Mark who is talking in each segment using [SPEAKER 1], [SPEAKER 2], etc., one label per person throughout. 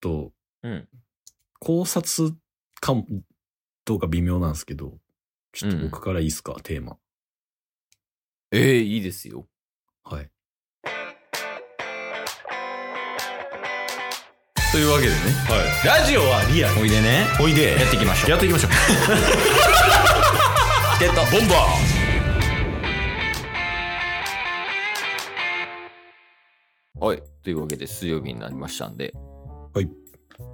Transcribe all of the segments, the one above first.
[SPEAKER 1] と
[SPEAKER 2] うん。
[SPEAKER 1] 考察かも、どうか微妙なんですけど、ちょっと
[SPEAKER 2] うんうん
[SPEAKER 1] 僕からいいですか、テーマ。
[SPEAKER 2] ええいいですよ。
[SPEAKER 1] はい。
[SPEAKER 2] というわけでね。
[SPEAKER 1] ラジオはリアル。
[SPEAKER 2] おいでね。
[SPEAKER 1] おいで。
[SPEAKER 2] やっていきましょう。
[SPEAKER 1] っていき ましょう。
[SPEAKER 2] チケットボンバーはい。というわけで、水曜日になりましたんで。
[SPEAKER 1] はい。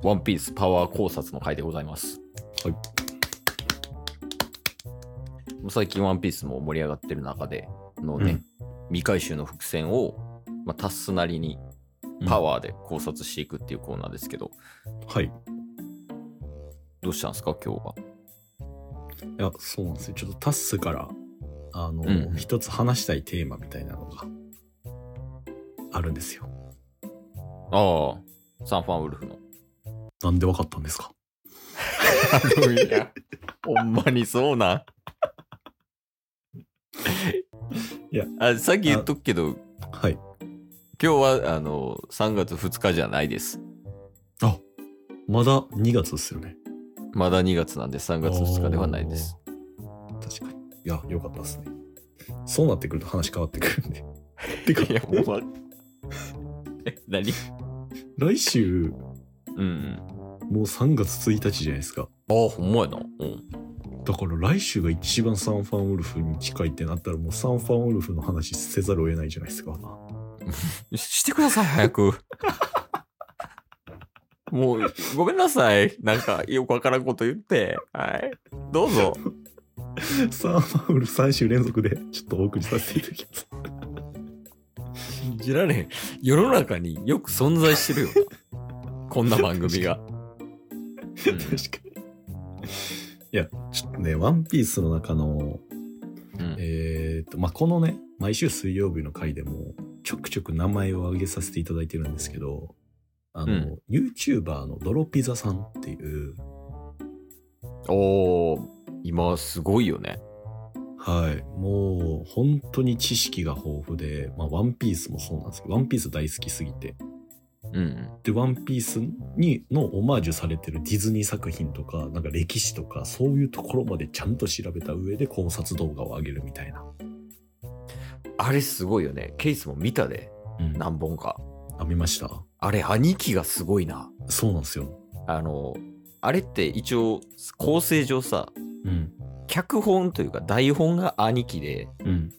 [SPEAKER 2] ワンピースパワー考察の回でございます。
[SPEAKER 1] はい
[SPEAKER 2] もう最近ワンピースも盛り上がってる中でのね、未回収の伏線を、まあ、タッスなりにパワーで考察していくっていうコーナーですけど、
[SPEAKER 1] はい。い
[SPEAKER 2] どうしたんですか今日は。
[SPEAKER 1] や、そうなんですよ。ちょっとタッスから、あの、
[SPEAKER 2] うんうん
[SPEAKER 1] 一つ話したいテーマみたいなのが、あるんですよ。
[SPEAKER 2] ああ、サンファンウルフの。
[SPEAKER 1] なんでわかったんですか
[SPEAKER 2] いや、 ほんまにそうなん。
[SPEAKER 1] いや
[SPEAKER 2] あ、さっき言っとくけど、
[SPEAKER 1] はい。
[SPEAKER 2] 今日はあの3月2日じゃないです。
[SPEAKER 1] あ、まだ2月ですよね。
[SPEAKER 2] まだ2月なんで3月2日ではないです。
[SPEAKER 1] おー。確かに。いや、よかったですね。そうなってくると話変わってくるん で。てか、
[SPEAKER 2] いや、ほんま。え、何
[SPEAKER 1] 来週、
[SPEAKER 2] うんうん。
[SPEAKER 1] もう3月1日じゃないですか。
[SPEAKER 2] ああ、ほんまやな。うん。
[SPEAKER 1] だから来週が一番サンファンウルフに近いってなったらもうサンファンウルフの話せざるを得ないじゃないですか。
[SPEAKER 2] ししてください、早く。 もう、ごめんなさい。なんか、よくわからんこと言って。はい。どうぞ。
[SPEAKER 1] サンファンウルフ3週連続でちょっとお送りさせていただきます。
[SPEAKER 2] 信じられへん。世の中によく存在してるよな。こんな番組が。う
[SPEAKER 1] 確かに。いや、ちょっとね、ワンピースの中の、
[SPEAKER 2] んうん
[SPEAKER 1] えーっと、まあ、このね、毎週水曜日の回でもちょくちょく名前を挙げさせていただいてるんですけど、あの、
[SPEAKER 2] う
[SPEAKER 1] YouTuber のドロピザさんっていう、
[SPEAKER 2] おー、今すごいよね。
[SPEAKER 1] はい。もう、本当に知識が豊富で、まあ、ワンピースもそうなんですけど、ワンピース大好きすぎて。
[SPEAKER 2] うん
[SPEAKER 1] で、ワンピースに、のオマージュされてるディズニー作品とか、なんか歴史とか、そういうところまでちゃんと調べた上で考察動画を上げるみたいな。
[SPEAKER 2] うん。あれすごいよね。ケースも見たで、
[SPEAKER 1] うん。あ、
[SPEAKER 2] 何本か。
[SPEAKER 1] 見ました
[SPEAKER 2] あれ、兄貴がすごいな。
[SPEAKER 1] そうなんですよ。
[SPEAKER 2] あの、あれって一応、構成上さ、
[SPEAKER 1] うん。
[SPEAKER 2] 脚本というか台本が兄貴で、
[SPEAKER 1] うん。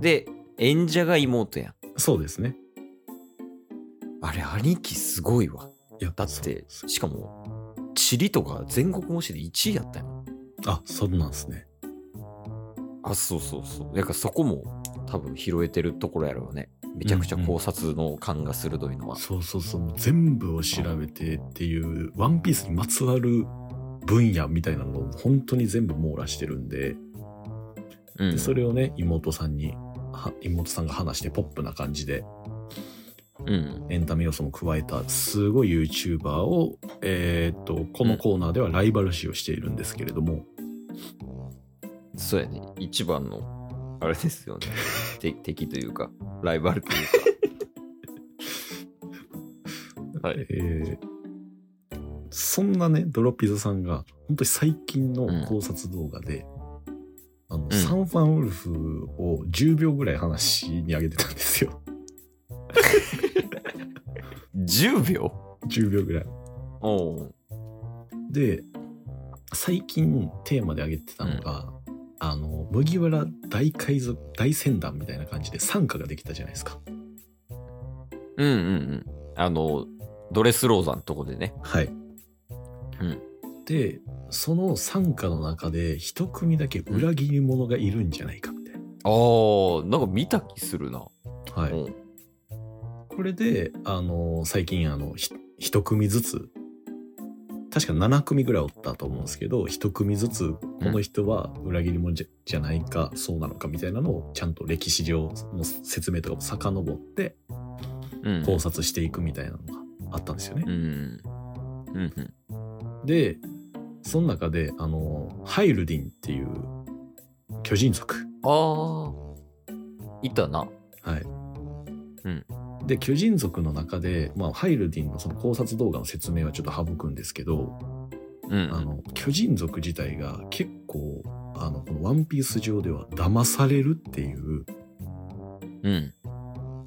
[SPEAKER 2] で、演者が妹やん。
[SPEAKER 1] そうですね。
[SPEAKER 2] あれ、兄貴すごいわ。
[SPEAKER 1] いや、
[SPEAKER 2] だっ
[SPEAKER 1] そうなん
[SPEAKER 2] て
[SPEAKER 1] で、すよ
[SPEAKER 2] しかも、チリとか全国模試で1位やったよ。
[SPEAKER 1] あ、そうなんですね。
[SPEAKER 2] あそうそうそうだからそこも多分拾えてるところやろうねめちゃくちゃ考察の感が鋭いのは、
[SPEAKER 1] そうそうそう。もう全部を調べてっていう、ワンピースにまつわる分野みたいなのを本当に全部網羅してるんで、
[SPEAKER 2] うん
[SPEAKER 1] でそれをね妹さんには妹さんが話してポップな感じで
[SPEAKER 2] うん
[SPEAKER 1] エンタメ要素も加えたすごい YouTuber を、えーっとこのコーナーではライバル視をしているんですけれども、
[SPEAKER 2] そうやね一番のあれです よねて敵というかライバルというかはい
[SPEAKER 1] えーそんなねドロピザさんが本当に最近の考察動画で、あの
[SPEAKER 2] ん
[SPEAKER 1] サンファンウルフを10秒ぐらい話に上げてたんですよ
[SPEAKER 2] 10秒
[SPEAKER 1] 10秒ぐらい
[SPEAKER 2] おう
[SPEAKER 1] で最近テーマで挙げてたのが、あの麦わら大海賊大船団みたいな感じで傘下ができたじゃないですか
[SPEAKER 2] うんうんうんあのドレスローザのとこでね
[SPEAKER 1] はい、
[SPEAKER 2] うん
[SPEAKER 1] でその傘下の中で一組だけ裏切り者がいるんじゃないかみたい
[SPEAKER 2] ああなんか見た気するな、
[SPEAKER 1] な、はい
[SPEAKER 2] うん
[SPEAKER 1] これであの最近あのひ一組ずつ確か7組ぐらいおったと思うんですけど一組ずつこの人は裏切り者じゃじゃないかそうなのかみたいなのをちゃんと歴史上の説明とかも遡って
[SPEAKER 2] うん
[SPEAKER 1] 考察していくみたいなのがあったんですよね
[SPEAKER 2] う。んうんうん
[SPEAKER 1] でその中であのハイルディンっていう巨人族、
[SPEAKER 2] ああいたな
[SPEAKER 1] はい
[SPEAKER 2] うん
[SPEAKER 1] で巨人族の中で、まあ、ハイルディンのその考察動画の説明はちょっと省くんですけど、
[SPEAKER 2] うん
[SPEAKER 1] あの巨人族自体が結構あのこの「ワンピース上では騙されるっていう
[SPEAKER 2] うん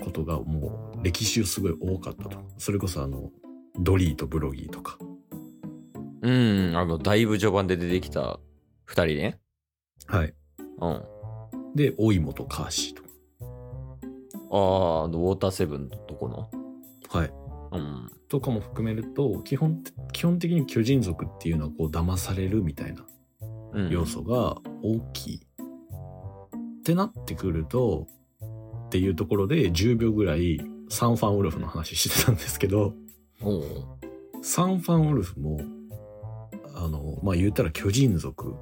[SPEAKER 1] ことがもう歴史すごい多かったとそれこそあのドリーとブロギーとか
[SPEAKER 2] うんあのだいぶ序盤で出てきた2人ね
[SPEAKER 1] はい
[SPEAKER 2] うんあ
[SPEAKER 1] で老いもとカーシーと
[SPEAKER 2] ああのウォーターセブンのとこの
[SPEAKER 1] かはい
[SPEAKER 2] うん
[SPEAKER 1] とかも含めると基本基本的に巨人族っていうのはこう騙されるみたいな
[SPEAKER 2] うん
[SPEAKER 1] 要素が大きい、ってなってくるとっていうところで10秒ぐらいサンファンウルフの話してたんですけど
[SPEAKER 2] おう
[SPEAKER 1] サンファンウルフもあのまあ言ったら巨人族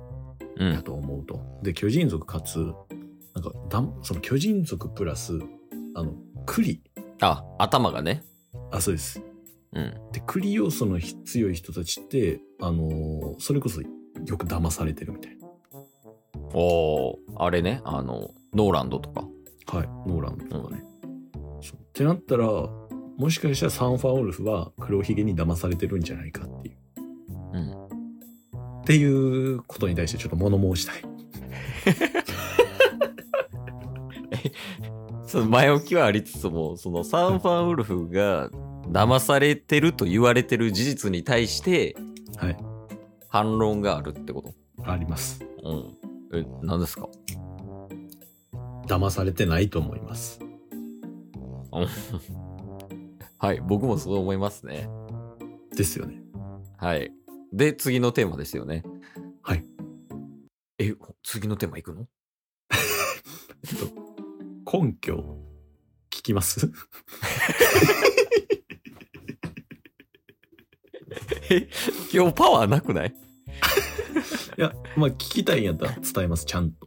[SPEAKER 2] う
[SPEAKER 1] だ
[SPEAKER 2] ん
[SPEAKER 1] と思うと、で巨人族かつなんかだんその巨人族プラスあの栗
[SPEAKER 2] あ頭がね
[SPEAKER 1] あそうです
[SPEAKER 2] うん
[SPEAKER 1] で栗要素のひ強い人たちってあのそれこそよく騙されてるみたい
[SPEAKER 2] おおあれねあのノーランドとか
[SPEAKER 1] なはいノーランドとかね、そうってなったらもしかしたらサンファンウルフは黒ひげに騙されてるんじゃないかっていう
[SPEAKER 2] うん
[SPEAKER 1] っていうことに対してちょっと物申したい
[SPEAKER 2] その前置きはありつつもそのサンファンウルフが騙されてると言われてる事実に対して
[SPEAKER 1] はい
[SPEAKER 2] 反論があるってこと
[SPEAKER 1] あります
[SPEAKER 2] うんえ何ですか
[SPEAKER 1] 騙されてないと思います
[SPEAKER 2] はい僕もそう思います ね
[SPEAKER 1] ですよね
[SPEAKER 2] はいで次のテーマですよね
[SPEAKER 1] はい
[SPEAKER 2] え次のテーマいくの
[SPEAKER 1] 根拠聞きます
[SPEAKER 2] え今日パワーなくない
[SPEAKER 1] いやまあ聞きたいんやったら伝えますちゃんと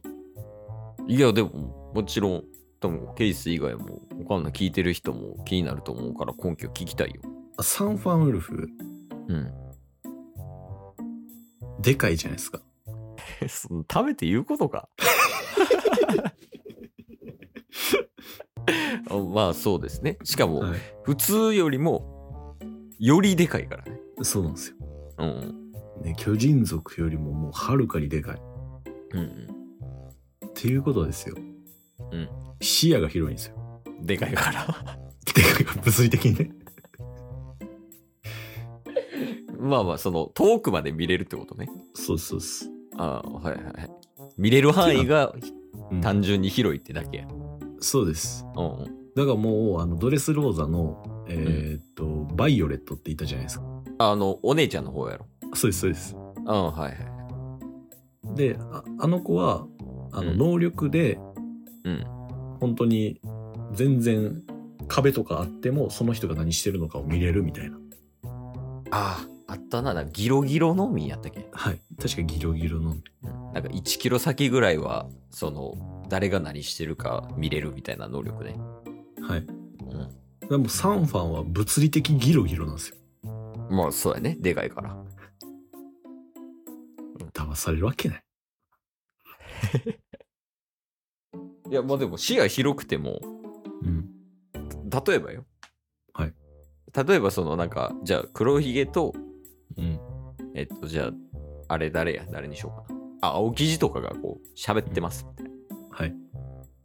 [SPEAKER 2] いやでももちろん多分ケース以外も他の聞いてる人も気になると思うから根拠聞きたいよ
[SPEAKER 1] あサンファンウルフ
[SPEAKER 2] うん
[SPEAKER 1] でかいじゃないですか
[SPEAKER 2] その食べて言うことか あまあそうですねしかも、
[SPEAKER 1] はい
[SPEAKER 2] 普通よりもよりでかいからね
[SPEAKER 1] そうなんですよ。
[SPEAKER 2] うん
[SPEAKER 1] ね、巨人族よりももうはるかにでかい。
[SPEAKER 2] うん
[SPEAKER 1] っていうことですよ。
[SPEAKER 2] うん。
[SPEAKER 1] 視野が広いんですよ。
[SPEAKER 2] うんでかいから
[SPEAKER 1] でかいから物理的にね。
[SPEAKER 2] まあまあその遠くまで見れるってことね
[SPEAKER 1] そうそうそう。
[SPEAKER 2] ああはいはいはい見れる範囲が
[SPEAKER 1] うん
[SPEAKER 2] 単純に広いってだけや
[SPEAKER 1] そうです。
[SPEAKER 2] うんうん
[SPEAKER 1] だからもう、あの、ドレスローザの、えーっと、バイオレットっていたじゃないですか。
[SPEAKER 2] あのお姉ちゃんの方やろ
[SPEAKER 1] そうです、そうです。
[SPEAKER 2] うんはいはい
[SPEAKER 1] で、ああの子は、あの、
[SPEAKER 2] うん
[SPEAKER 1] 能力で、
[SPEAKER 2] うん
[SPEAKER 1] 本当に、全然、壁とかあっても、その人が何してるのかを見れるみたいな。
[SPEAKER 2] あああったななんかギロギロのみやったっけ
[SPEAKER 1] はい。確かギロギロの。
[SPEAKER 2] うんなんか1キロ先ぐらいはその誰が何してるか見れるみたいな能力ね
[SPEAKER 1] はい。
[SPEAKER 2] う
[SPEAKER 1] でも、サンファンは物理的ギロギロなんですよ。
[SPEAKER 2] んまあそうやねでかいから
[SPEAKER 1] 騙されるわけない。
[SPEAKER 2] いやまあでも視野広くても
[SPEAKER 1] うん。
[SPEAKER 2] 例えばよ。
[SPEAKER 1] はい。
[SPEAKER 2] 例えばそのなんか、じゃあ黒ひげと、
[SPEAKER 1] うん。
[SPEAKER 2] えっと、じゃあ、あれ誰や誰にしようかな。あ、青木地とかがこう、喋ってますみたいな。
[SPEAKER 1] はい。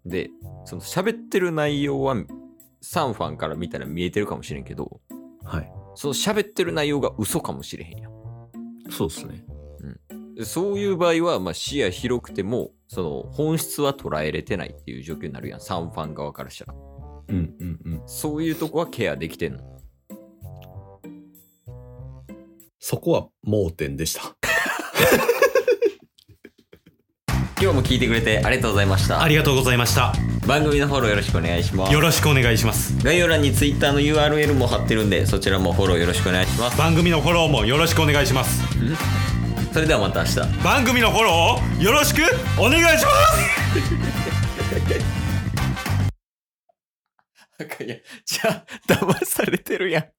[SPEAKER 2] で、その喋ってる内容は、サンファンから見たら見えてるかもしれんけど、
[SPEAKER 1] はい。
[SPEAKER 2] その喋ってる内容が嘘かもしれへんやん
[SPEAKER 1] そうですね。
[SPEAKER 2] でそういう場合は、まあ、視野広くても、その本質は捉えれてないっていう状況になるやん。サンファン側からしたら。
[SPEAKER 1] うんうんうん。
[SPEAKER 2] そういうとこはケアできてんの。
[SPEAKER 1] そこは盲点でした。
[SPEAKER 2] 今日も聞いてくれてありがとうございました。
[SPEAKER 3] ありがとうございました。
[SPEAKER 2] 番組のフォローよろしくお願いします
[SPEAKER 3] よろしくお願いします。
[SPEAKER 2] 概要欄に Twitter の URL も貼ってるんでそちらもフォローよろしくお願いします
[SPEAKER 3] 番組のフォローもよろしくお願いします。
[SPEAKER 2] それではまた 明日
[SPEAKER 3] 番組のフォローをよろしくお願いします
[SPEAKER 2] いやじゃあ騙されてるやん